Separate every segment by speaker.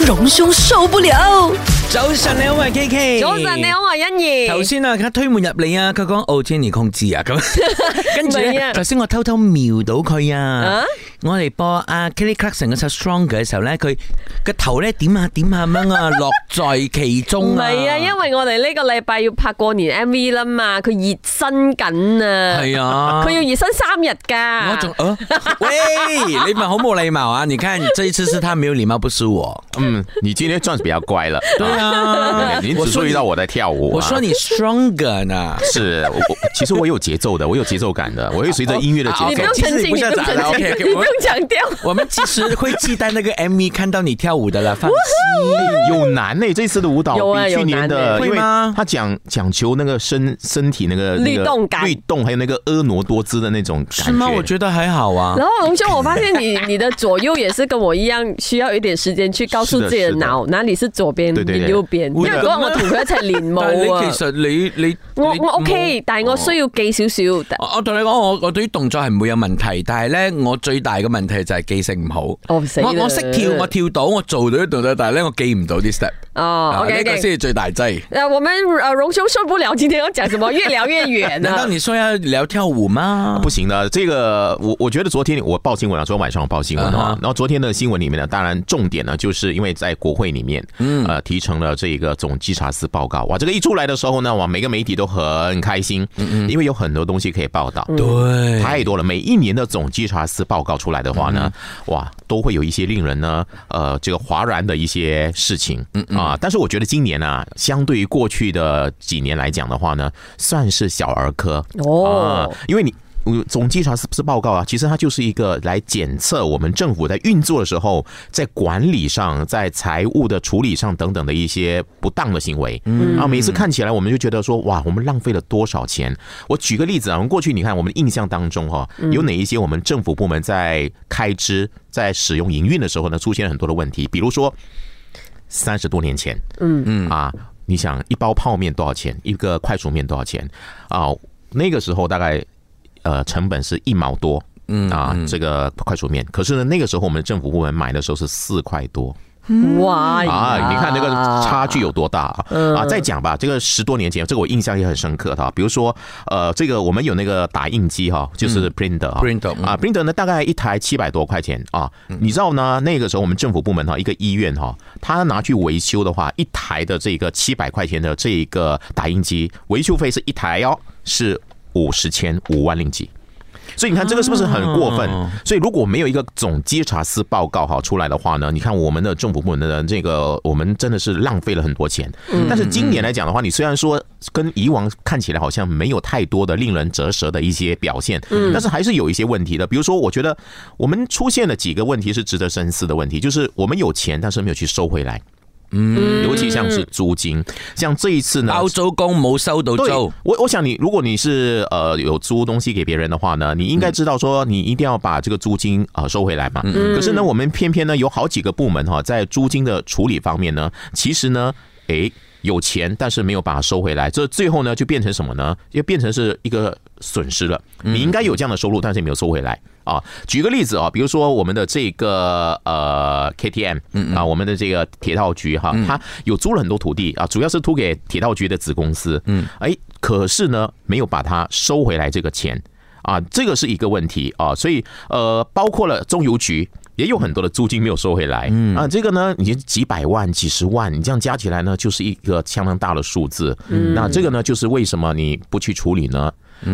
Speaker 1: 榮兄受不了。
Speaker 2: 早晨你好，我係 K K。
Speaker 3: 早晨，你好，我係欣怡。
Speaker 2: 頭先啊，佢推門入嚟啊，佢講哦 Jenny 控制啊， 咁跟住
Speaker 3: 唔係
Speaker 2: 咧，
Speaker 3: 啊
Speaker 2: 頭先我偷偷瞄到佢啊
Speaker 3: 啊。
Speaker 2: 我哋播阿 Kelly Clarkson 嗰首 Strong 嘅時候咧，佢個頭咧點下點下咁樣啊，樂在其
Speaker 3: 唔
Speaker 2: 中啊。
Speaker 3: 係啊，因為我哋呢個禮拜要拍過年 MV 啦嘛，佢熱身緊啊，
Speaker 2: 係啊
Speaker 3: 佢要熱身三日㗎。
Speaker 2: 我仲呃，喂，你们好冇禮貌啊！你看这一次是他没有禮貌，不是我。
Speaker 4: 嗯，你今天算是比较乖了。对
Speaker 2: 啊
Speaker 4: 你只注意到我在跳舞啊、
Speaker 2: 我说你 stronger 呢。
Speaker 4: 是，我我其实我有节奏的，我有節奏感的，我会隨着音樂的
Speaker 2: 啊
Speaker 4: 節
Speaker 3: 你不
Speaker 4: 奏
Speaker 3: 用
Speaker 2: 其實
Speaker 3: 澄
Speaker 2: 你
Speaker 3: 清，
Speaker 2: 不
Speaker 3: 你
Speaker 2: 需要
Speaker 3: 不用
Speaker 2: 講
Speaker 3: 澄
Speaker 2: 啦
Speaker 3: 清，
Speaker 2: ，OK，OK，
Speaker 3: 你
Speaker 2: 我
Speaker 3: 不用強調。
Speaker 2: 我们其實會期待那個 MV 看到你跳舞的啦，放心。
Speaker 4: 有难呢、欸这一次的舞蹈
Speaker 3: 有啊
Speaker 4: 比去年
Speaker 3: 有
Speaker 4: 的，
Speaker 3: 難
Speaker 2: 欸
Speaker 4: 因
Speaker 2: 會
Speaker 4: 为
Speaker 2: 嗎
Speaker 4: 它讲讲求那个身身体那个那
Speaker 3: 律
Speaker 4: 个
Speaker 3: 動感
Speaker 4: 律动，还有那个婀娜多姿的那种
Speaker 2: 是
Speaker 4: 感
Speaker 2: 吗？
Speaker 4: 觉。
Speaker 2: 我觉得还好啊。
Speaker 3: 然后榮兄，我發現 你你的左右也是跟我一樣，需要一點時間去告訴自己的
Speaker 4: 是的
Speaker 3: 腦哪裡是左邊，
Speaker 4: 對對
Speaker 3: 邊
Speaker 4: 對
Speaker 3: 右邊。因為
Speaker 2: 會
Speaker 3: 嗰日我同佢一齊練
Speaker 2: 但
Speaker 3: 舞
Speaker 2: 係你
Speaker 3: 啊
Speaker 2: 其，實你你
Speaker 3: 我
Speaker 2: 你哦
Speaker 3: 我 OK，但係我需要記少少。
Speaker 2: 我我同你講，我我對於動作係唔會有問題，但係咧我最大嘅問題就係記性唔好。
Speaker 3: 我死啦
Speaker 2: 我我識跳，我跳到，我做到啲動作，但係咧我記唔到啲 step。
Speaker 3: 哦
Speaker 2: 啊呢
Speaker 3: ，OK
Speaker 2: 個
Speaker 3: OK
Speaker 2: 先。係最大劑。
Speaker 3: 呃，我们呃，荣兄受不了，今天要讲什么？越聊越远啊
Speaker 2: 難道
Speaker 3: 呢。
Speaker 2: 你說要聊跳舞嗎？
Speaker 4: 不行的，这个我我觉得昨天我报新闻了，昨天晚上我报新闻
Speaker 2: 啊
Speaker 4: 啊
Speaker 2: 哈。
Speaker 4: 然后昨天的新闻里面呢，当然重点呢，就是因为在国会里面，嗯，呃，提成了这个总稽查司报告。哇，这个一出来的时候呢，哇，每个媒体都很开心，因为有很多东西可以报
Speaker 2: 嗯
Speaker 4: 道，
Speaker 2: 對，
Speaker 4: 太多了。每一年的总稽查司报告出来的话呢，哇，都会有一些令人呢，呃，这个哗然的一些事情啊。但是我觉得今年呢、啊相对于过去的几年来讲的话呢，算是小儿科
Speaker 3: 哦
Speaker 4: 啊，因为你。嗯总稽查是不是报告啊？其实它就是一个来检测我们政府在运作的时候，在管理上、在财务的处理上等等的一些不当的行为。嗯啊，每次看起来我们就觉得说，哇，我们浪费了多少钱？我举个例子啊，我们过去你看我们印象当中哈、有哪一些我们政府部门在开支、在使用营运的时候呢，出现了很多的问题，比如说三十多年前，嗯嗯啊，你想一包泡面多少钱？一个快熟面多少钱？啊，那个时候大概呃成本是一毛多，嗯啊，这个快熟面。可是呢，那个时候我们政府部门买的时候是四块多
Speaker 3: 哇
Speaker 4: 啊，你看这个差距有多大啊！啊，再讲吧，这个十多年前，这个我印象也很深刻的啊。比如说，呃，这个我们有那个打印机哈，就是 printer 啊
Speaker 2: Printer，嗯
Speaker 4: 啊，printer 呢大概一台七百多块钱啊。你知道呢？那个时候我们政府部门哈，一个医院哈，他拿去维修的话，一台的这个七百块钱的这个打印机维修费是一台哦，是五十千五万令吉。所以你看这个是不是很过分？所以如果没有一个总稽查司报告哈出来的话呢，你看我们的政府部门的这个，我们真的是浪费了很多钱。但是今年来讲的话，你虽然说跟以往看起来好像没有太多的令人折舌的一些表现，但是还是有一些问题的。比如说，我觉得我们出现了几个问题是值得深思的问题，就是我们有钱，但是没有去收回来。嗯，尤其像是租金，像这一次呢，
Speaker 2: 包租公冇收到
Speaker 4: 对，
Speaker 2: 租
Speaker 4: 我。我想你，如果你是呃有租东西给别人的话呢，你应该知道说你一定要把这个租金啊、呃收回来嘛。可是呢，我们偏偏呢有好几个部门哈、在租金的处理方面呢，其实呢，诶。有钱，但是没有把它收回来，这最后呢就变成什么呢？就变成是一个损失了。你应该有这样的收入，但是没有收回来啊。举个例子啊，比如说我们的这个呃 KTM 啊，我们的这个铁道局哈，它有租了很多土地啊，主要是租给铁道局的子公司。嗯，哎，可是呢，没有把它收回来这个钱啊，这个是一个问题啊。所以呃，包括了中邮局。也有很多的租金没有收回来，嗯啊，这个呢，已经几百万、几十万，你这样加起来呢，就是一个相当大的数字。嗯，那这个呢，就是为什么你不去处理呢？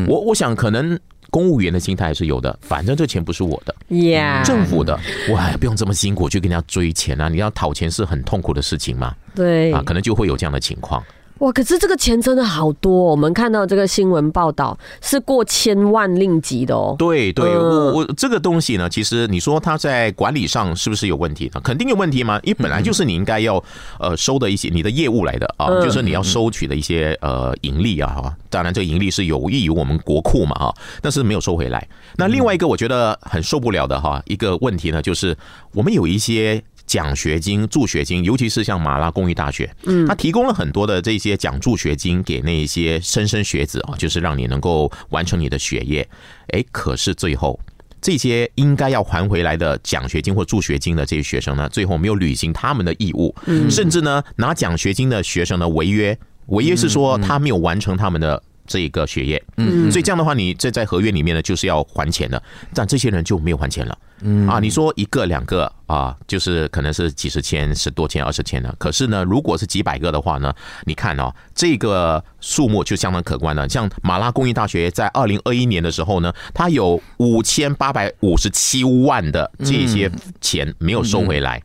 Speaker 4: 我我想可能公务员的心态是有的，反正这钱不是我的，
Speaker 3: 呀，
Speaker 4: 政府的，我还不用这么辛苦去跟人家追钱啊！你要讨钱是很痛苦的事情嘛，
Speaker 3: 对
Speaker 4: 啊，可能就会有这样的情况。
Speaker 3: 哇，可是这个钱真的好多哦，我们看到这个新闻报道是过千万令吉的哦。
Speaker 4: 对对，
Speaker 3: 嗯
Speaker 4: 我我这个东西呢，其实你说它在管理上是不是有问题呢？啊肯定有问题嘛，因为本来就是你应该要呃收的一些你的业务来的啊，
Speaker 3: 嗯
Speaker 4: 就是你要收取的一些呃盈利啊哈。当然，这个盈利是有益于我们国库嘛哈，但是没有收回来。
Speaker 3: 嗯
Speaker 4: 那另外一个我觉得很受不了的哈，一个问题呢，就是我们有一些。奖学金、助学金，尤其是像马拉公益大学，嗯，它提供了很多的这些奖助学金给那一些莘莘学子啊，就是让你能够完成你的学业。哎，可是最后这些应该要还回来的奖学金或助学金的这些学生呢，最后没有履行他们的义务，甚至呢拿奖学金的学生呢违约，违约是说他没有完成他们的。这个学业，嗯，所以这样的话，你这在合约里面呢，就是要还钱的，但这些人就没有还钱了，嗯啊，你说一个两个啊，就是可能是几十千、十多千、二十千的，可是呢，如果是几百个的话呢，你看哦，这个数目就相当可观了。像马拉工业大学在二零二一年的时候呢，它有五千八百五十七万的这些钱没有收回来，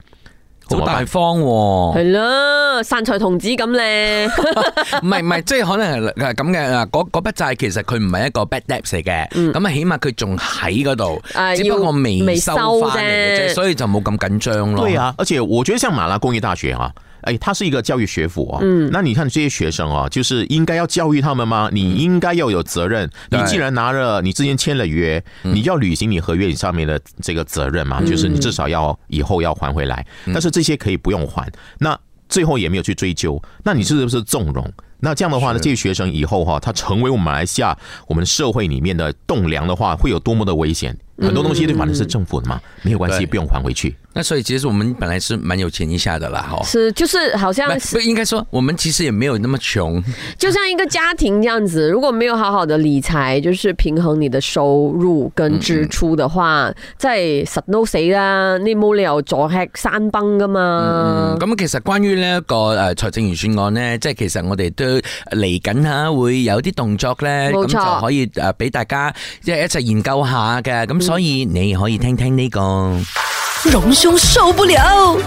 Speaker 4: 怎
Speaker 2: 好
Speaker 4: 么
Speaker 2: 大
Speaker 4: 办？
Speaker 2: 方喎、
Speaker 3: 系啦，散財童子咁咧，
Speaker 2: 唔係 唔係，即係可能係係咁嘅嗱嗰嗰筆債其實佢唔係一個 bad debt 嚟嘅，咁啊起碼佢仲喺嗰度
Speaker 3: 啊，
Speaker 2: 只不過未
Speaker 3: 未
Speaker 2: 收
Speaker 3: 收
Speaker 2: 翻嚟嘅啫，
Speaker 3: 啫
Speaker 2: 所以就冇咁緊張咯。
Speaker 4: 对啊，而且我觉得像马拉工业大学啊，哎，它是一个教育学府啊。嗯，那你看这些学生啊，就是应该要教育他们吗？你应该要有责任。
Speaker 2: 对
Speaker 4: 你既然拿了，你之前签了约，你要履行你合约上面的这个责任嘛，就是你至少要以后要还回来。但是这些可以不用还，那最后也没有去追究，那你是不是纵容？那这样的话呢，这些学生以后哈、他成为我们马来西亚我们社会里面的栋梁的话，会有多么的危险？很多东西对反正是政府的嘛，没有关系，
Speaker 2: 对
Speaker 4: 不用还回去。
Speaker 2: 那所以其實我們本來是蠻有錢一下的啦，哈。
Speaker 3: 是啊就是好像
Speaker 2: 不不應該說，我們其實也沒有那麼窮，
Speaker 3: 就像一个家庭这样子，如果没有好好的理财，就是平衡你的收入跟支出的话，即系实都死啦，你冇理由坐吃山崩噶嘛。
Speaker 2: 咁其實關於呢一個誒財政預算案呢，即係其實我哋都呃嚟緊下會有啲動作呢，
Speaker 3: 冇
Speaker 2: 咁
Speaker 3: 錯
Speaker 2: 就可以誒俾大家即係一齊研究下嘅。咁所以你可以聽聽呢、個。
Speaker 1: 隆兄受不了。